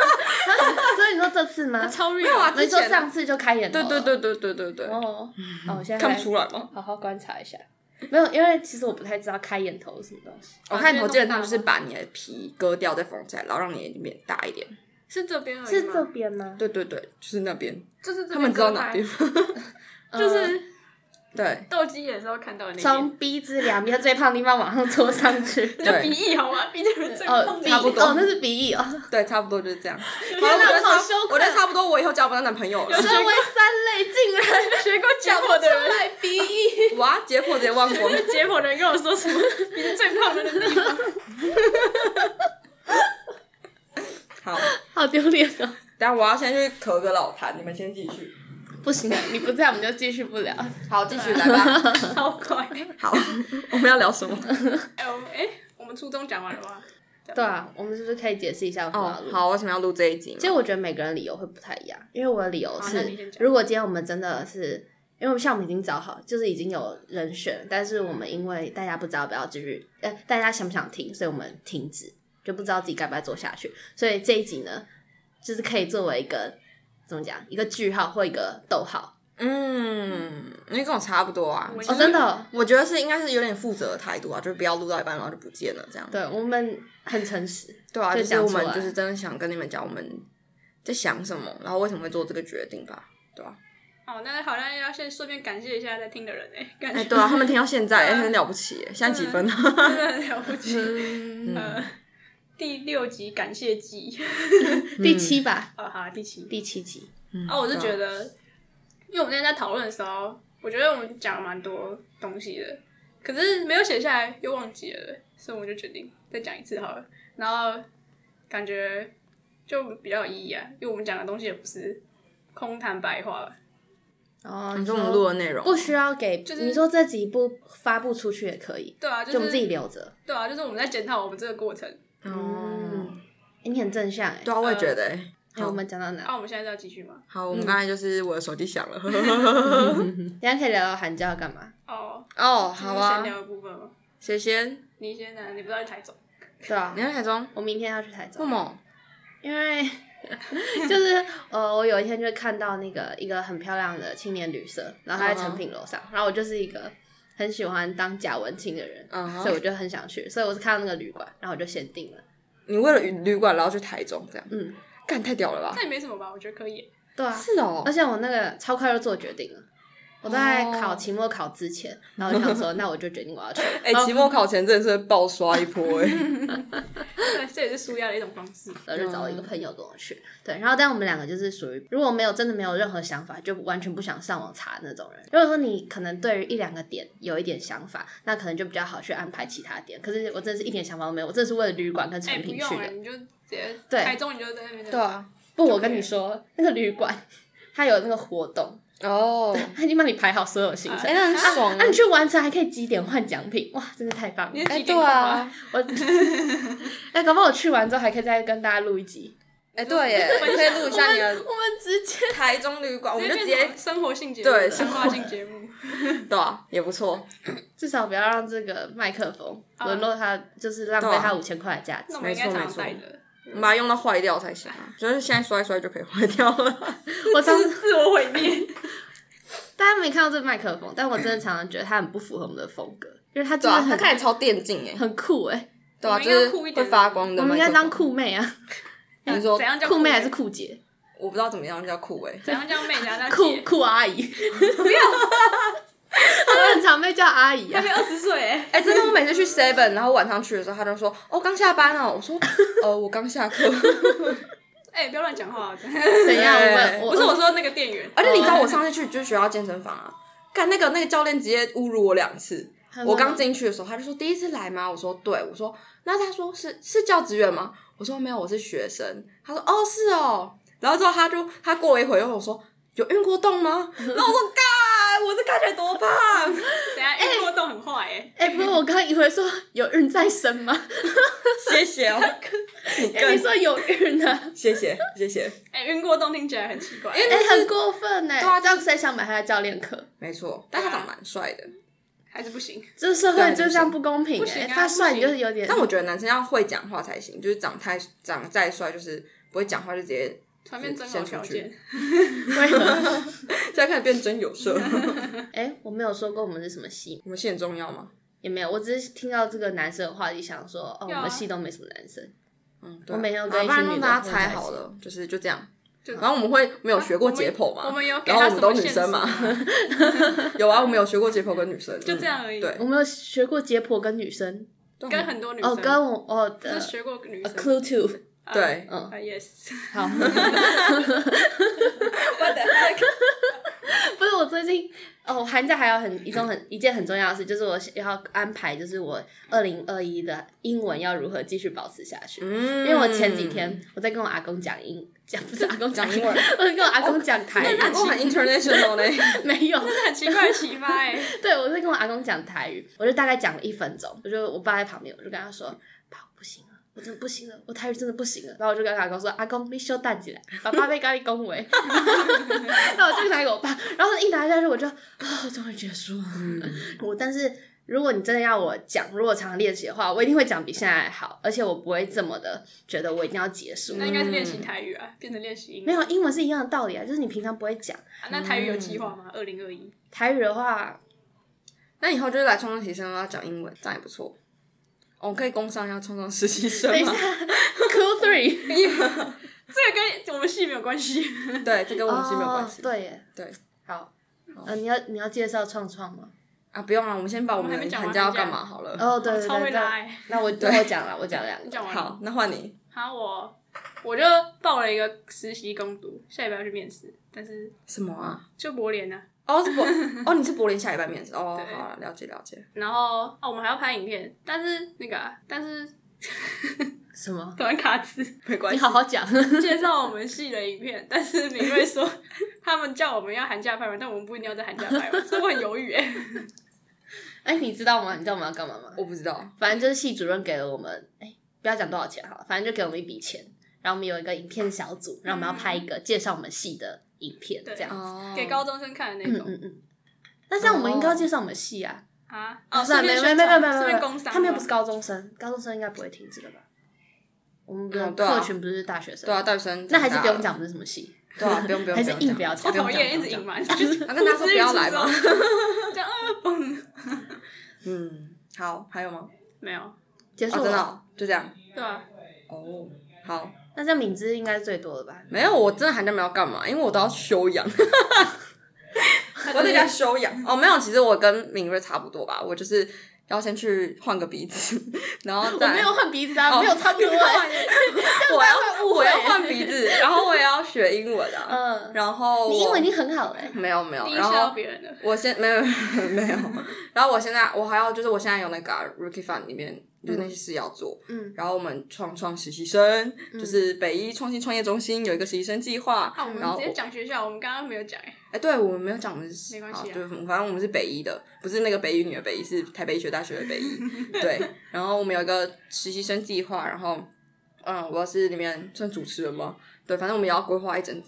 C: 所以你说这次吗？哦
D: 超
B: 没有
D: real，
B: 啊，
C: 你
B: 之
C: 说
B: 前
C: 上次就开眼
B: 对
C: 头了
B: 对对对对对对，
C: 哦，哦，我现在
B: 看不出来吗？
C: 好好观察一下。没有，因为其实我不太知道开眼头是什么东西。
B: 我看眼头基本上就是把你的皮割掉再缝起来，然后让你眼睛变大一点。
D: 是这边而已吗
C: 是这，边吗？
B: 对对对，就是那边，
D: 就是这边
B: 他们知道哪边
D: 割
B: 吗？嗯
D: 开，就是
B: 对，
D: 斗鸡眼的时候看到的那边，
C: 从鼻子两边最胖的地方往上戳上去。
D: 你
B: 对
D: 就鼻翼好吗？鼻子人最
C: 哦，
D: 痛
C: 鼻
D: 的，
B: 呃差不多
C: 哦，那是鼻翼哦。
B: 对，差不多就是这样。好
C: 哪
B: 了，我觉得
C: 我
B: 差
C: 好羞愧，
B: 我觉得差不多，我以后交不到男朋友了。
C: 身为三类，竟然
D: 学过解剖的人，
C: 来鼻翼，
B: 哇，解剖直接忘光。
D: 解剖的人跟我说什么？鼻子最胖的那个地方，
B: 好，
C: 好丢脸哦！
B: 等一下我要先去咳个老痰，你们先继续。
C: 不行，你不在我们就继续不聊。
B: 好，继续来吧。
D: 超快。
B: 好，我们要聊什么？
D: 哎，我们哎，我们初中讲完了吗？
C: 对啊，我们是不是可以解释一下我们要
B: 哦，
C: 录？
B: 好，为什么要录这一集呢？
C: 其实我觉得每个人理由会不太一样，因为我的理由
D: 好那
C: 是
D: 你先，讲
C: 如果今天我们真的是，因为像我们已经找好，就是已经有人选，但是我们因为大家不知道要不要继续，呃，大家想不想听，所以我们停止，就不知道自己该不该做下去。所以这一集呢，就是可以作为一个怎么讲，一个句号或一个逗号。
B: 嗯，你跟我差不多啊。
D: 我
C: 哦，真的哦、
B: 我觉得是应该是有点负责的态度啊，就是不要录到一半然后就不见了这样。
C: 对我们很诚实，
B: 对啊，
C: 就
B: 就是
C: 讲
B: 我
C: 出来
B: 们就是真的想跟你们讲我们在想什么，然后为什么会做这个决定吧。对吧、
D: 哦，那好像要先顺便感谢一下在听的人哎，感
B: 哎、
D: 谢
B: 对啊，他们听到现在，哎、很了不起耶，现在几分呢？
D: 真的很了不起。
B: 嗯，
D: 呃，第六集感谢祭，
C: 第七吧，
D: 啊哈，第七。
C: 第七集，
B: 嗯
D: 啊，我是
B: 对
D: 觉得，因为我们那天在讨论的时候，我觉得我们讲了蛮多东西的，可是没有写下来，又忘记了，所以我就决定再讲一次好了。然后感觉就比较有意义啊，因为我们讲的东西也不是空谈白话吧。
C: 哦，
B: 嗯你说我们录的内容，哦
C: 不需要给，
D: 就是
C: 你说这集不发布出去也可以，
D: 对啊，
C: 就是我们自己留着。
D: 对啊，就是我们在检讨我们这个过程。
B: 哦，
C: 欸你很正向哎、
B: 对啊，我嗯也觉得、哎
C: 那我们讲到哪？
D: 啊，我们现在是要继续吗？
B: 好，我们刚才就是我的手机响 了。
C: 等一下可以聊聊寒假要干嘛？
D: 哦，
B: 哦，
D: 这是
B: 好啊
D: 闲，聊的部分吗？
B: 谁先？
D: 你先呢、你不知道去台中？
C: 对啊
B: 你，在台中？
C: 我明天要去台
B: 为什
C: 中，
B: 么？
C: 因为 就是呃，我有一天就看到那个一个很漂亮的青年旅社，然后它在成品楼上，
B: 嗯
C: 然后我就是一个很喜欢当假文青的人
B: 嗯哼
C: 所以我就很想去，所以我是看到那个旅馆，然后我就先订了。
B: 你为了旅馆然后去台中这样？
C: 嗯，
B: 干太屌了吧
D: 那？也没什么吧，我觉得可以。
C: 对啊，
B: 是哦
C: 而，且我那个超快就做决定了。我在
B: 哦
C: 考期末考之前，然后我就想 说，那我就决定我要去。
B: 哎、期末考前真的是会爆刷一波哎、
D: 对，这也是舒压的一种方 式。
C: 然后就找
D: 嗯
C: 了一个朋友跟我去。对，然后但我们两个就是属于，如果没有真的没有任何想法，就完全不想上网查那种人。如果说你可能对于一两个点有一点想法，那可能就比较好去安排其他点。可是我真的是一点想法都没有，我真的是为了旅馆跟
D: 哎、
C: 成
D: 不
C: 品
D: 用
C: 去
D: 了、
C: 的。
D: 你就直接
C: 对
D: 台中，你就在那边。
B: 对啊，
C: 不，我跟你说，那个旅馆它有那个活动，
B: 哦，
C: 它已经帮你排好所有行
D: 啊
B: 哎、
C: 程。
B: 那很爽
C: 那、你去完成还可以几点换奖品，哇，真的太棒
D: 你
C: 了！
D: 是
B: 哎、
D: 几点
B: 对
D: 考
B: 啊，
C: 我， 哎、搞不好我去完之后还可以再跟大家录一集。
B: 哎、对耶，你可以录一下你的
C: 我们直接
B: 台中旅馆，我们就直
D: 变成
B: 接
D: 生活性节目，
B: 对
D: 生活性节目。
B: 对啊，也不错，
C: 至少不要让这个麦克风
D: 啊
C: 沦落他，就是浪费
B: 对啊
C: 他五千块的价值
D: 那。我们应该
B: 没错没
D: 常常
B: 错
D: 带着，
B: 我们把它用到坏掉才行啊，就是现在摔一摔就可以坏掉了。
C: 我常
D: 自我毁灭。
C: 大家没看到这个麦克风，但我真的常常觉得它很不符合我们的风格，因为它真
B: 对
C: 的
B: 啊，
C: 很、
B: 它看起来超电竞哎、
C: 很酷哎、
B: 对啊，
D: 我们
B: 就
D: 应该
B: 是
D: 酷
B: 会
D: 一点
B: 发光的。
C: 我们应该当，酷妹啊，
B: 你说
D: 怎样叫
C: 酷妹
D: 妹
C: 还是酷姐？
B: 我不知道怎么样叫酷欸诶，
D: 怎样叫妹？怎样叫
C: 酷
D: 姐？
C: 酷阿姨， 我很常被叫阿姨
D: 还
C: 啊
D: 没。二十岁哎，
B: 哎、真的，我每次去 Seven，然后晚上去的时候，他就说：“哦，刚下班哦。”我说：“呃，我刚下课。
D: 哎，不要乱讲话。真的
C: 怎样？我们我
D: 不是我说那个店员”，
B: 而且你知道，我上次去就是学校健身房啊，干那个那个教练直接侮辱我两次。我刚进去的时候，他就说：“第一次来吗？”我说：“对。”我说：“那他说是是教职员吗？”我说：“没有，我是学生。”他说：“哦，是哦。”然后之后他就他过了一会儿，又问我说：“有运过动吗？”然后我说：“干，我这看起来多胖。”
D: 等下一波动很坏哎。
C: 哎，不是我刚以为说有孕在身吗？
B: 谢谢 哦，你
C: 哎你
B: 更
C: 说有孕啊？
B: 谢谢谢谢，
D: 哎，晕过动听起来很奇怪。
C: 哎，很过分哎！
B: 对啊
C: 这样谁想买他的教练课？
B: 没错，但他长得蛮帅的。
D: 还是不行。
C: 这社
B: 对
C: 会就这样不公平
D: 不行
C: 哎！
D: 啊
C: 他帅你
D: 不行
C: 就是有点，
B: 但我觉得男生要会讲话才行，就是长太长再帅，就是不会讲话就直接
D: 传面真好条件，
C: 为何？
B: 现在开始变真有色。
C: 哎，我没有说过我们是什么系，
B: 我们戏很重要吗？
C: 也没有，我只是听到这个男生的话就想说，哦，我
D: 有啊
C: 们系都没什么男生。
B: 嗯，对啊
C: 我没有
B: 好
C: 跟一
B: 不然
C: 群
B: 让
C: 女
B: 大家
C: 的混在
B: 猜
C: 一
B: 好
C: 起
B: 了，就是就这样。
D: 就
B: 然后我们会没有学过解剖
D: 我
B: 嘛？
D: 们有给
B: 然后
D: 他
B: 我们
D: 什么
B: 都
D: 限
B: 女
D: 制
B: 生嘛
D: 吗？，
B: 有啊，我们有学过解剖跟女生，
D: 就这样而已
B: 嗯对
C: 我没有学过解剖跟女生
B: 对
D: 跟很多女生
C: 哦，跟我哦的
D: 是学过女
C: A
D: 生
C: Clue Two，
D: 啊
B: 对
D: 啊 yes，
C: 好，不是我最近哦，寒假还有很一种很一件很重要的事，就是我要安排，就是我二零二一的英文要如何继续保持下去。
B: 嗯，
C: 因为我前几天我在跟我阿公讲英讲，不是阿公
B: 讲
C: 英
B: 英 文，
C: 我在跟我阿公讲台语
B: 那，我很 international 呢，
C: 没有，
D: 很奇怪的启发哎，
C: 对，我在跟我阿公讲台语，我就大概讲了一分钟，我就我爸在旁边，我就跟他说：“爸，我不行了，我真的不行了，我台语真的不行了。”然后我就跟阿公说：“阿公，你休蛋起来，爸爸被咖喱 恭维。”然后我就拿给我爸，然后一拿下去我就啊、我终于结束了。 我但是如果你真的要我讲，如果常常练习的话，我一定会讲比现在好，而且我不会这么的觉得我一定要结束。
D: 那应该是练习台语啊，变成练习英
C: 没
D: 文。
C: 有英文是一样的道理啊，就是你平常不会讲
D: 啊那台语有计划吗？二零二一，
C: 台语的话，
B: 那以后就是来创创实习生要讲英文，这样也不错。哦，可以工商一下创创实习生
C: 等一
B: 吗
C: 下？，Cool Three，
D: 这个跟我们系没有关系。
B: 对，这跟我们是没有关系。
C: 哦对耶，
B: 对，
C: 好，呃，你要你要介绍创创吗？
B: 啊，不用了，我们先把我
D: 我们还
B: 们
D: 没讲完
B: 寒假要
D: 寒假
B: 干嘛好了。
D: 嗯
C: 哦，对对
D: 超
C: 对，
D: 会拉
C: 那
D: 哎，
C: 那我那我讲了，我讲两
D: 你
C: 个，
D: 讲完了。
B: 好，那换你。
D: 好，我我就报了一个实习攻读，下礼拜要去面试，但是
B: 什么啊？
D: 就柏联啊。
B: 哦，是柏哦，你是柏林下礼拜面试哦，
D: 对
B: 好了，了解了解。
D: 然后啊，我们还要拍影片，但是那个啊、但是
C: 什么？
D: 突然卡词。
B: 没关
C: 你
B: 系，
C: 好好讲，
D: 介绍我们系的影片，但是敏锐说他们叫我们要寒假拍完，但我们不一定要在寒假拍完，所以我很犹豫哎、
C: 哎，你知道吗？你知道我们要干嘛吗？
B: 我不知道，
C: 反正就是系主任给了我们，哎，不要讲多少钱好了，反正就给我们一笔钱，然后我们有一个影片小组，然后我们要拍一个介绍我们系的影片，
D: 嗯对
C: 这样，
B: 哦
D: 给高中生看的那
C: 嗯
D: 种、
C: 嗯嗯。那这样我们应该要介绍我们系啊，
D: 啊，哦，
C: 算
D: 顺
C: 了没
D: 便
C: 没
D: 宣
C: 没没
D: 传，
C: 没
D: 顺
C: 没
D: 便工商，
C: 他们又不是高中生，高中生应该不会听这个吧？我们的
B: 嗯对啊
C: 客群不是大学生，
B: 对啊，大学生
C: 那还是不用
B: 长
C: 讲我们是什么系，
B: 大了，对啊，不用不用，
C: 还是硬
B: 不
C: 要
B: 要
C: 讲
B: 讲，
D: 我讨
B: 不
D: 厌一
B: 用
D: 直
B: 讲啊
D: 隐。瞒，就是
B: 那跟大家说不要来嘛。
D: 这样呃嘣，
B: 嗯，好，还有吗？
D: 没有，
C: 结
B: 哦，
C: 束
B: 真的
C: 了。
B: 哦就这样。
D: 对吧、
B: 哦，好，
C: 那这样敏芝应该是最多的吧？
B: 没有，我真的寒假没有干嘛，因为我都要休养， 我在家休
C: 嗯
B: 养。哦，没有，其实我跟敏锐差不多吧，我就是要先去换个鼻子， 然后再
C: 我没有换鼻子啊，
B: 哦
C: 没有差不多啊。
B: 我要我要换鼻子，然后我也要学英文啊。
C: 嗯，
B: 然后
C: 你英文已
B: 我
C: 经很好了欸。
B: 没有没有
D: 第，一
B: 然
D: 笑到
B: 后
D: 别人的，
B: 我现没有没有，
D: 嗯
B: 然后我现在我还要就是我现在有那个、啊、Rookie Fund 里面就是那些事要做，
C: 嗯，
B: 然后我们创创实习生、就是北一创新创业中心有一个实习生计划，
D: 嗯啊，我们
B: 然后
D: 直接
B: 我
D: 讲学校，我们刚刚没有讲哎、
B: 哎，对我们没有讲我们是
D: 没关系啊
B: 好对，反正我们是北一的，不是那个北一女的北一，是台北医学大学的北 一。对，然后我们有一个实习生计划，然后嗯，我是里面算主持人吗？对，反正我们也要规划一整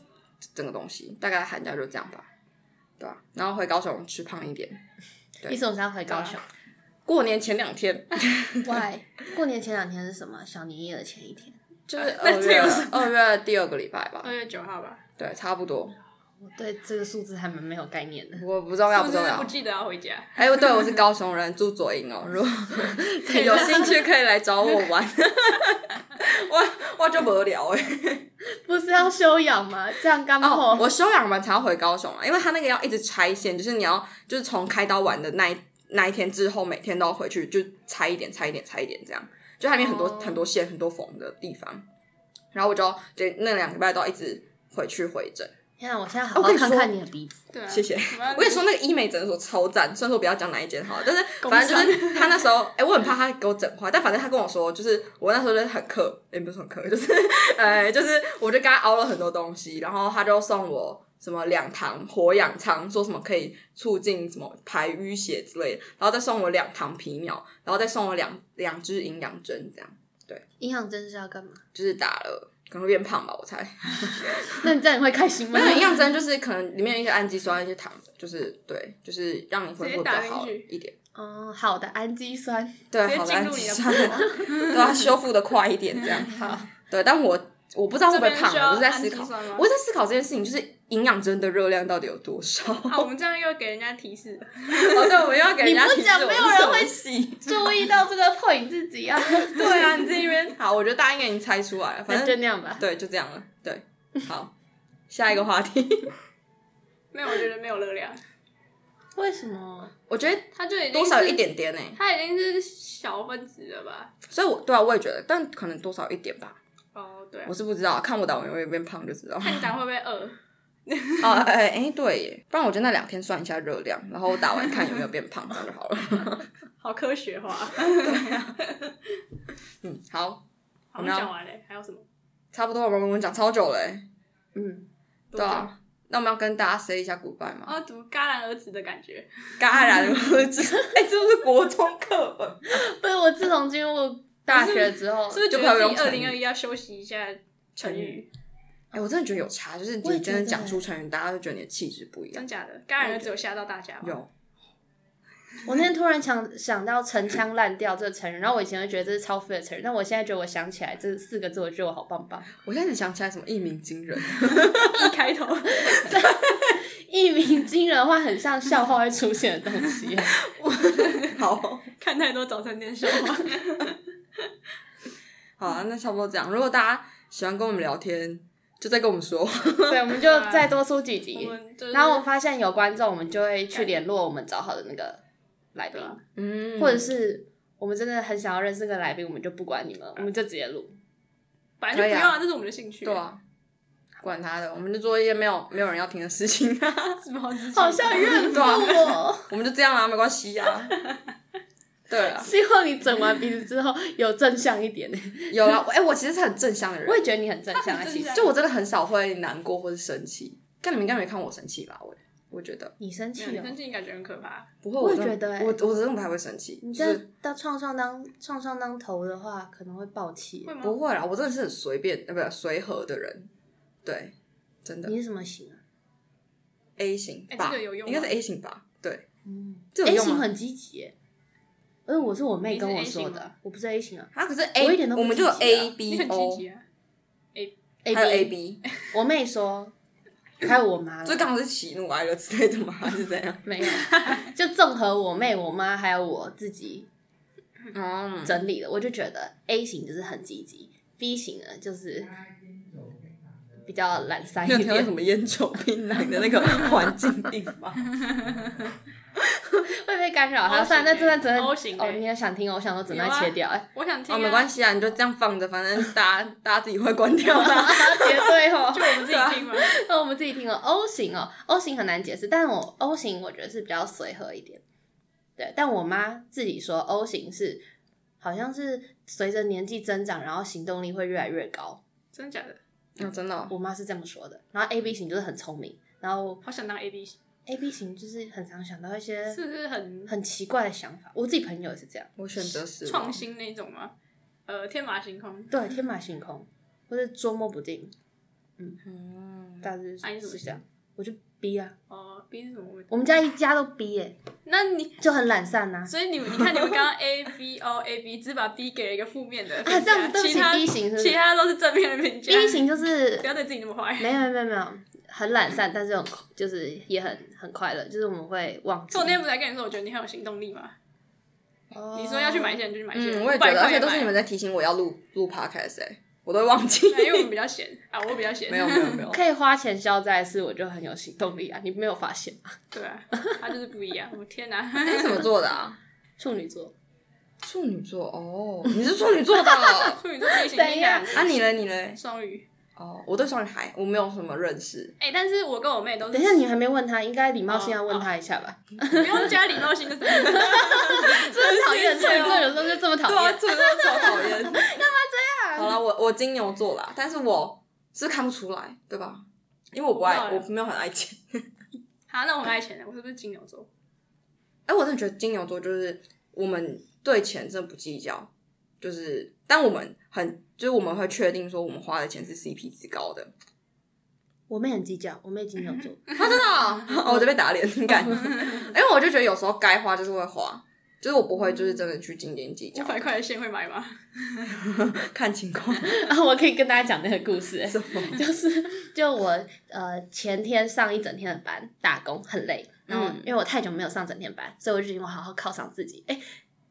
B: 整个东西，大概寒假就这样吧，对吧、然后回高雄吃胖一点。对
C: 你什么时候回高雄
B: 过年前两天啊
C: ？Why？过年前两天是什么？小年夜的前一天。
B: 就是二嗯
D: 这
B: 月
D: 有什么
B: 二月第二个礼拜吧
D: 二，月九号吧，
B: 对，差不多。
C: 我对这个数字还蛮没有概念的。
B: 我不重要，啊
D: 是
B: 不
D: 不
B: 重
D: 是
B: 要
D: 不。记得要回家？
B: 哎，对，我是高雄人，住左营哦。 如果有兴趣，可以来找我玩。 我我就无聊哎、
C: 不是要修养吗？这样刚
B: 哦
C: 好、，
B: 我休养完才要回高雄啊，因为他那个要一直拆线，就是你要就是从开刀完的那一那一天之后，每天都要回去就拆一点、拆一点、拆一点这样，就它里面很多、
C: 哦
B: 很多线、很多缝的地方。然后我就就那两个礼拜都要一直回去回诊。
C: 天啊！我现在好
B: 哦我
C: 好
B: 跟你
C: 看
B: 说
C: 看你的鼻子，
D: 对啊，
B: 谢谢
D: 们
B: 我跟你 说，那个医美诊所超赞，虽然说不要讲哪一间好了，但是反正就是他那时候，哎、我很怕他给我整坏，但反正他跟我说，就是我那时候就是很克，也、不是很克，就是，哎、就是我就跟他熬了很多东西，然后他就送我什么两堂活氧仓，说什么可以促进什么排淤血之类的，然后再送我两堂皮秒，然后再送我两两支营养针，这样
F: 营养针是要干嘛？
B: 就是打了。可能会变胖吧，我猜。
C: 那你这样你会开心吗
B: 没？有营养针，就是可能里面有一些氨基酸、一些糖，就是对，就是让你恢
D: 直
B: 复比
D: 接打
B: 较
D: 进
B: 好
D: 去
B: 一点。
C: 哦，好的，氨 基酸。
B: 对，
D: 直
B: 好
D: 接
B: 的
D: 进
B: 氨
D: 入
B: 基
D: 你的
B: 酸，
D: 腹
B: 对它修复的快一点，这样。 好，对，但我我不知道会
D: 这
B: 不会
D: 边
B: 胖啊
D: 需，
B: 我
D: 要
B: 是在
D: 氨
B: 思
D: 基
B: 考，
D: 酸吗
B: 我在思考这件事情，就是营养针的热量到底有多少。 哦，
D: 啊，我们这样又给人家提示了，
B: 对，我又要给人家
C: 你不
B: 提示
C: 讲
B: 我
C: 没
B: 是
C: 有人
B: 什么
C: 会
B: 系
C: 注意到这个 point 自 己啊，
B: 对啊，你这边 好，我觉得大家应该已经猜出来了，反
C: 那就
B: 正
C: 那样吧。
B: 对，就这样了。对，好，下一个话题，
D: 没有，我觉得没有热量，
C: 为什么？
B: 我觉得
D: 它就已经
B: 多少有
D: 是
B: 一，点点呢，
D: 它已经是小分子了吧？
B: 所以我对啊，我也觉得，但可能多少有一点吧，
D: 哦，对啊
B: 我，是不知道，看我打完有没有变胖就知道。
D: 看你长会不会饿，
B: 哦，哎、哎、对耶，不然我就那两天算一下热量，然后打完看有没有变胖，这样就好了。
D: 好科学化。
B: 嗯，好，
D: 好，我们讲完了，还有什么？
B: 差不多了，我们我们讲超久了耶，
C: 嗯，
B: 对啊。那我们要跟大家 say 一下 goodbye 吗？
D: 啊，怎么戛然而止的感觉？
B: 戛然而止， 哎、这不是国中课本，
C: 不是我自从进入大学之后
D: 是不，是觉
B: 就快要
D: 得
B: 用
D: 自
B: 成
D: 己二
B: 语
D: 零二一要休息一下成语？
B: 哎、我真的觉得有差，就是
C: 我也
B: 你
C: 觉
B: 真
C: 得欸
B: 的讲出成语，大家就觉得你的气质不一样
D: 真。假的？戛然而止有吓到大家吗？
B: 有，
C: 我那天突然想想到“陈腔滥调”这个成语，然后我以前会觉得这是超废的成语，但我现在觉得我想起来这四个字，我觉得我好棒棒，
B: 我现在只想起来什么一鸣惊人，
D: 一开头，
C: 一鸣惊人的话很像笑话会出现的东 西。
B: 好。
D: 看太多早餐店笑话。
B: 好啊，那差不多这样。如果大家喜欢跟我们聊天，就再跟我们说。
C: 对，我们就再多出几集
D: 我。们就是
C: 然后我发现有观众，我们就会去联络我们找好的那个来宾
D: 对，啊
B: 嗯，
C: 或者是我们真的很想要认识那个来宾，我们就不管你们，我们就直接录。
D: 反正就不
B: 可以
D: 用
B: 啊
D: 啊，这是我们的兴趣。
B: 对， 啊，管他的，我们就做一些没有没有人要听的事情。
D: 什么好自信
C: 好像 怨妇
B: 对啊
C: 哦！
B: 我们就这样啦、没关系啊。对啊，
C: 希望你整完鼻子之后有正向一点。
B: 有啦，哎、我其实是很正向的
C: 我
B: 人，
C: 也觉得你很正向啊，其实
B: 就我真的很少会难过或是生气。但你们应该没看我生气吧？我我觉得
C: 你生
D: 没
C: 气
D: 有你
C: 哦
D: 生。气感觉很可怕。
B: 不会，
C: 我也
B: 真的
C: 觉得欸
B: 我我真的不太会生气，
C: 你
B: 就
C: 这
B: 是
C: 到创伤当创伤当头的话，可能会爆气
D: 会。吗？
B: 不会啦，啊我真的是很随便，呃，不随和的人。对，真的
C: 你是什么型啊？
B: A 型
D: 哎
B: 吧，
D: 这个有用
B: 应该
D: 吗
B: 是 A 型吧？对，
C: 嗯
B: 这有
C: ，A
B: 用吗
C: 型很积极耶。因为我是我妹
D: 你是
C: 跟我
D: A 型
C: 说
D: 吗
C: 的，我不是 A 型啊
B: 啊，可是
C: 我一
B: A，
C: 点都不
B: 我们就有
C: 积极啊
B: A
D: 你
B: B
D: 很积
B: O，
D: 极啊，
C: ，A
B: 还有 A
C: B。
B: B，
C: 我妹说，还有我妈啦，
B: 就刚好是喜怒哀乐之类的嘛，还是怎样？
C: 没有，就综合我妹、我妈还有我自己
B: 嗯，
C: 整理的，我就觉得 A 型就是很积极，B 型呢就是比较懒散
B: 你有
C: 一
B: 听到什
C: 点，
B: 么烟酒槟榔的那个环境音 吗？
C: 会被干扰。好，
D: O
C: 算了，那这
D: 型
C: 段只能
D: O 型
C: 哦，
D: 欸
C: 你也想听，我想说只能
D: 有啊
C: 切掉，哎，
D: 我想听
B: 哦，
D: 啊。
B: 没关系啊，你就这样放着，反正大家大家自己会关 掉 的。
C: 绝对哦
D: 啊就。我们自己听嘛。
B: 啊
C: 那 我们自己听哦，O 型哦，O 型很难解释，但我 O 型我觉得是比较随和一点。对，但我妈自己说 O 型是好像是随着年纪增长，然后行动力会越来越高。
D: 真的假的？
B: 嗯，真的哦、
C: 我妈是这么说的。然后 A B 型就是很聪明，然后
D: 好想当 A B，是
C: A B 型就是很常想到一些
D: 不是很
C: 很奇怪的想法。我自己朋友也是这样，
B: 我选择是
D: 创。新那种吗？呃，天马行空。
C: 对，天马行空或者捉摸不定，
B: 嗯，
C: 大致
D: 啊你
C: 是
D: 怎
C: 是
D: 么
C: 这样。我就 B 啊，
D: 哦，B 是什么？
C: 我们家一家都 B 耶、
D: 那你
C: 就很懒散呐、啊。
D: 所以你你看你们刚刚 A B O A B 只把 B 给了一个负面的评
C: 啊，
D: 价
C: 这样子对不
D: 其
C: 起
D: 他
C: B 型是不
D: 其
C: 是
D: 他都是正面的评价。
C: ？B 型就是
D: 不要对自己那么坏。
C: 没有没有没有没有，很懒散，但是很就是也很很快乐，就是我们会忘记
D: 可我。那天不是还跟你说，我觉得你很有行动力吗？
C: 哦
D: 你说要去买线就去买线，
B: 嗯，我也
D: 500
B: 觉得，而
D: 块
B: 且都是你们
D: 买
B: 在提醒我要录录 podcast 哎、我都会忘 记。
D: 对因为我们比较闲啊，我比较闲，
B: 没有没有没有，
C: 可以花钱消灾的事，我就很有行动力啊！你没有发现吗？
D: 对啊，他就是不一样。我天哪，
B: 你怎么做的啊？
C: 处女座，
B: 处女座哦，你是处女座的哦
D: 处女座飞行力感
B: 啊？你嘞你嘞？
D: 双鱼。
B: 哦，我对双鱼还我没有什么认识，
D: 哎，但是我跟我妹都是，
C: 等一下你还没问他，应该礼貌性要问他一下吧？
D: 不用加礼貌性的什么，
C: 这很讨厌，处女座有时候就这么讨
B: 对啊，
C: 厌。
B: 处女座超讨厌，干嘛这样？好了，我我金牛座啦，但是我是看不出来，对吧？因为我不爱，
D: 我
B: 我
D: 不知道
B: 没有很爱钱。
D: 好，那我很爱钱的，我是不是金牛座？
B: 哎、我真的觉得金牛座就是我们对钱真的不计较，就是但我们很就是我们会确定说我们花的钱是 CP 值高的。
C: 我妹很计较，我妹金牛座，
B: 啊，真的哦、哦，我就被打脸，很感。因为我就觉得有时候该花就是会花，就是我不会就是真的去斤斤计较
D: 五，百块的线会买吗？
B: 看情况。
C: 然后我可以跟大家讲那个故事、欸
B: 什么？
C: 就是就我呃前天上一整天的班打工很累，然后
B: 嗯
C: 因为我太久没有上整天班，所以我就决定我好好犒赏自己。哎、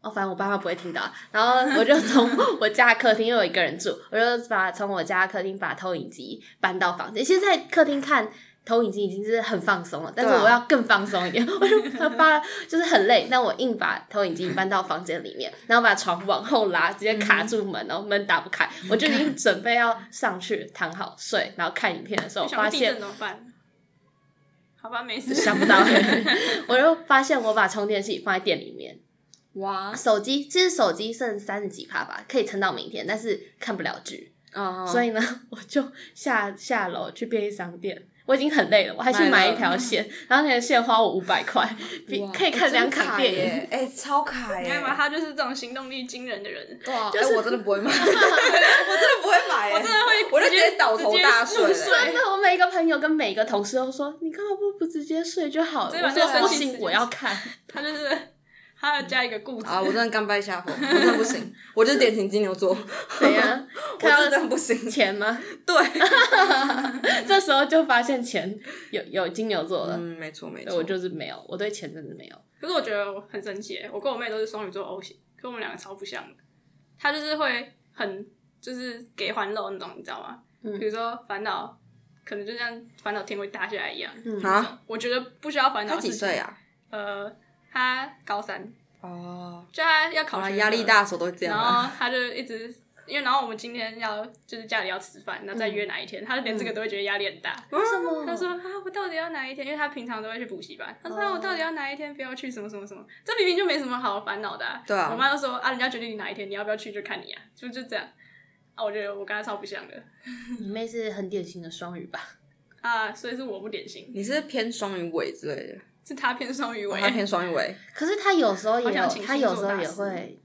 C: 哦，反正我爸妈不会听到，然后我就从我家客厅，因为我一个人住，我就把从我家客厅把投影机搬到房间。其实，在客厅看投影机已经是很放松了，但是
B: 对啊
C: 我要更放松一点， 我就把它就是很累，但我硬把投影机搬到房间里面，然后把床往后拉，直接卡住门，然后门打不开，我就已经准备要上去躺好睡，然后看影片的时候，
D: 我
C: 我
D: 想
C: 发
D: 说地
C: 现
D: 震怎么办？好吧，没事。
C: 想不到， 我就发现我把充电器放在店里面，
B: 哇，
C: 手机其实手机剩三十几帕吧，可以撑到明天，但是看不了剧，
B: 啊、
C: 所
B: 以
C: 以呢， 我就下下楼去便利商店。我已经很累了，我还去
B: 买
C: 买
B: 了
C: 一条线，然后那条线花我五百块，比可以看两场电影。
B: 耶，哎、超卡
D: 你
B: 耶
D: 看！吧，他就是这种行动力惊人的人。
B: 对啊，哎、我真的不会买，我真的不会买耶，
D: 我真的会，哎
B: 我就直接倒头大
D: 睡，
B: 睡
D: 直接入
C: 真的，我每一个朋友跟每一个同事都说，你干嘛不不直接睡就好了？
D: 对吧
C: 我说
D: 这个
C: 不
D: 分析
C: 行，
D: 时
C: 我啊要看。
D: 他就是他要加一个固执，
B: 啊！我真的甘拜下风，我真的不行，我就是典型金牛座，
C: 怎样？
B: 我真
C: 啊看
B: 的
C: 到
B: 真的不 行。
C: 钱吗？
B: 对，
C: 这时候就发现钱有有金牛座了，
B: 嗯，没错没
C: 对
B: 错，
C: 我就是没有，我对钱真的没有。
D: 可是我觉得我很神奇耶，我跟我妹都是双鱼座 O 型，可我们两个超不像的。她就是会很就是给环漏那种，你知道吗？
C: 嗯
D: 比如说烦恼，可能就像烦恼天会塌下来一样。
B: 啊，
D: 我觉得不需要烦恼。
B: 他几岁？啊？
D: 呃，她高三，
B: 哦，
D: 就她要
B: 好
D: 考
B: 了，
D: 学
B: 压力
D: 测
B: 大的时候都这样
D: 然
B: 啊。
D: 后他就一直，因为然后我们今天要就是家里要吃饭，然后再约哪一天，他就连这个都会觉得压力很大。
C: 为什么
D: 他说啊，我到底要哪一天？因为他平常都会去补习班。他说、啊、我到底要哪一天不要去什么什么什么？这明明就没什么好烦恼的、
B: 对啊
D: 我妈就说啊，人家决定你哪一天，你要不要去就看你啊，就就这样。啊，我觉得我跟他超不像的
C: 你妹是很典型的双鱼吧？
D: 啊，所以是我不典型，
B: 你是偏双鱼尾之类的，
D: 是他偏双鱼尾
B: 他。偏双鱼尾，
C: 可是她有时候
D: 好
C: 也有
D: 想请，
C: 她
D: 星座
C: 有时候
D: 大
C: 也
D: 师
C: 会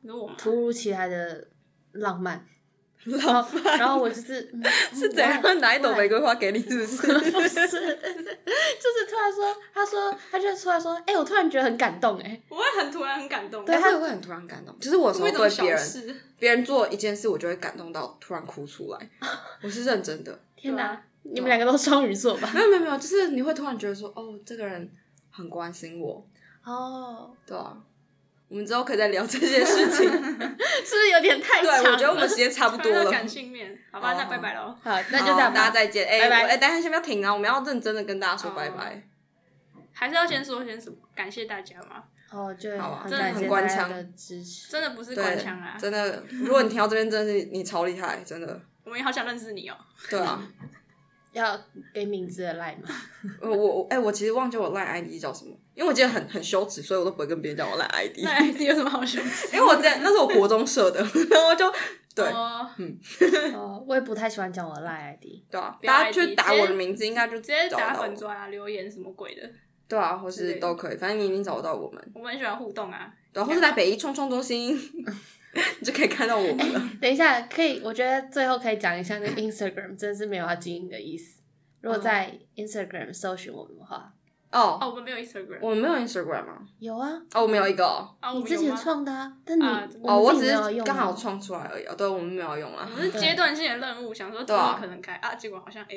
D: 你说我吗？
C: 突如其来的浪漫，
B: 浪漫
C: 然后我 就是嗯
B: 是怎样拿一朵玫瑰花给你？是不是？
C: 不是，就是突然说，他说，他就突然说，哎、我突然觉得很感动、哎，
D: 我会很突然很感动，
C: 对
B: 他会很突然感动。其实我有时
D: 因为
B: 候
D: 一种
B: 对
D: 小
B: 别人，
D: 事，
B: 别人做一件事，我就会感动到突然哭出来。我是认真的，
C: 天
D: 对
C: 哪
D: 啊，
C: 你们两个都双鱼座 吧？
B: 没有没有没有，就是你会突然觉得说，哦，这个人很关心我，
C: 哦，
B: 对啊。我们之后可以再聊这些事 情。
C: 是不是有点太
B: 对，
C: 长了？
B: 我觉得我们时间差不
D: 突
B: 多
D: 然
B: 了
D: 到。 感性面，好吧，
B: 哦
D: 那拜拜喽。
C: 好，那就这
B: 好
C: 样
B: 大家
C: 吧。
B: 再见。哎、
C: 拜拜
B: 我哎、大家先不要停啊，我们要认真的跟大家
D: 哦
B: 说拜拜。
D: 还是要先说些什么，感谢大家嘛，
C: 哦，就
B: 好啊
C: 很
D: 真的
C: 感
D: 很
C: 谢
B: 官
C: 大家
B: 腔
C: 的支持。
D: 真的不是
B: 对
D: 官腔啊，
B: 真的，如果你听到这边，真的是你超厉害，真的。
D: 我们也好想认识你哦、
B: 对啊，
C: 要给名字的赖吗？
B: 呃我我哎、我其实忘记我 line ID 叫什么，因为我记得很很羞耻，所以我都不会跟别人讲我 line ID，
D: 那 ID 有什么好羞耻？
B: 因为我在那是我国中设的，然后就对嗯
D: 哦
C: 哦，我也不太喜欢讲我的赖 ID。
B: 对啊，
D: 不要
B: 大家
D: ID，
B: 去打我的名字应该就
D: 直接
B: 找得
D: 打
B: 到
D: 粉
B: 我，
D: 砖啊，留言什么鬼的，
B: 对啊，或
D: 之类
B: 是
D: 的
B: 都可以，反正你已经找得到我们，
D: 我们很喜欢互动啊。
B: 对啊、或是来北一冲冲中 心，你就可以看到我们了。
C: 等一下，可以，我觉得最后可以讲一下，那 Instagram 真的是没有要经营的意思。如果在 Instagram 搜寻我们的话，
B: 哦，
D: 哦，我们没有 Instagram
B: 我们没有 Instagram 吗？
C: 有啊，
B: 哦，我们有一个哦，
D: 啊，
C: 你
D: 我们
C: 自
D: 有
C: 己
D: 吗？
C: 创的啊，但你
D: 啊
B: 哦我
C: 们自
B: 只
C: 己没有
B: 是
C: 用啊
B: 刚好创出来而已哦，对，我们没有用啊
D: 我，们是阶段性的任务，想说怎
B: 对啊
D: 么可能开啊？结果好像哎，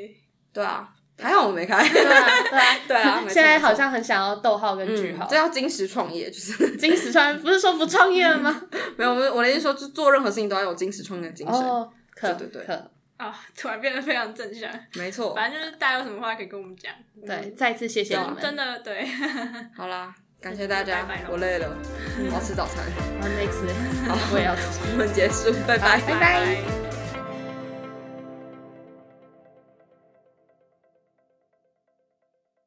B: 对啊，还好我没开。
C: 对啊，对啊，
B: 对啊，没错
C: 现在好
B: 没错
C: 像很想要逗号跟 句号
B: 嗯，这。要金石创业，就是
C: 金石川不是说不创业了吗？
B: 没有我的我的意思说，就做任何事情都要有金石创业的精神。
C: 哦，可
B: 嗯对对对
C: 可
D: 啊，突然变得非常正向。
B: 没错，
D: 反正就是大家有什么话可以跟我们讲。
C: 对，再次谢谢
B: 啊
C: 你
D: 嗯，
C: 们，
D: 真的对。
B: 好啦，感谢大家
D: 拜拜，咯
B: 我累
C: 嗯
B: 了，我要吃早餐，
C: 我没吃，
B: 好
C: 我也要吃。
B: 我们结束，拜拜。
D: 拜拜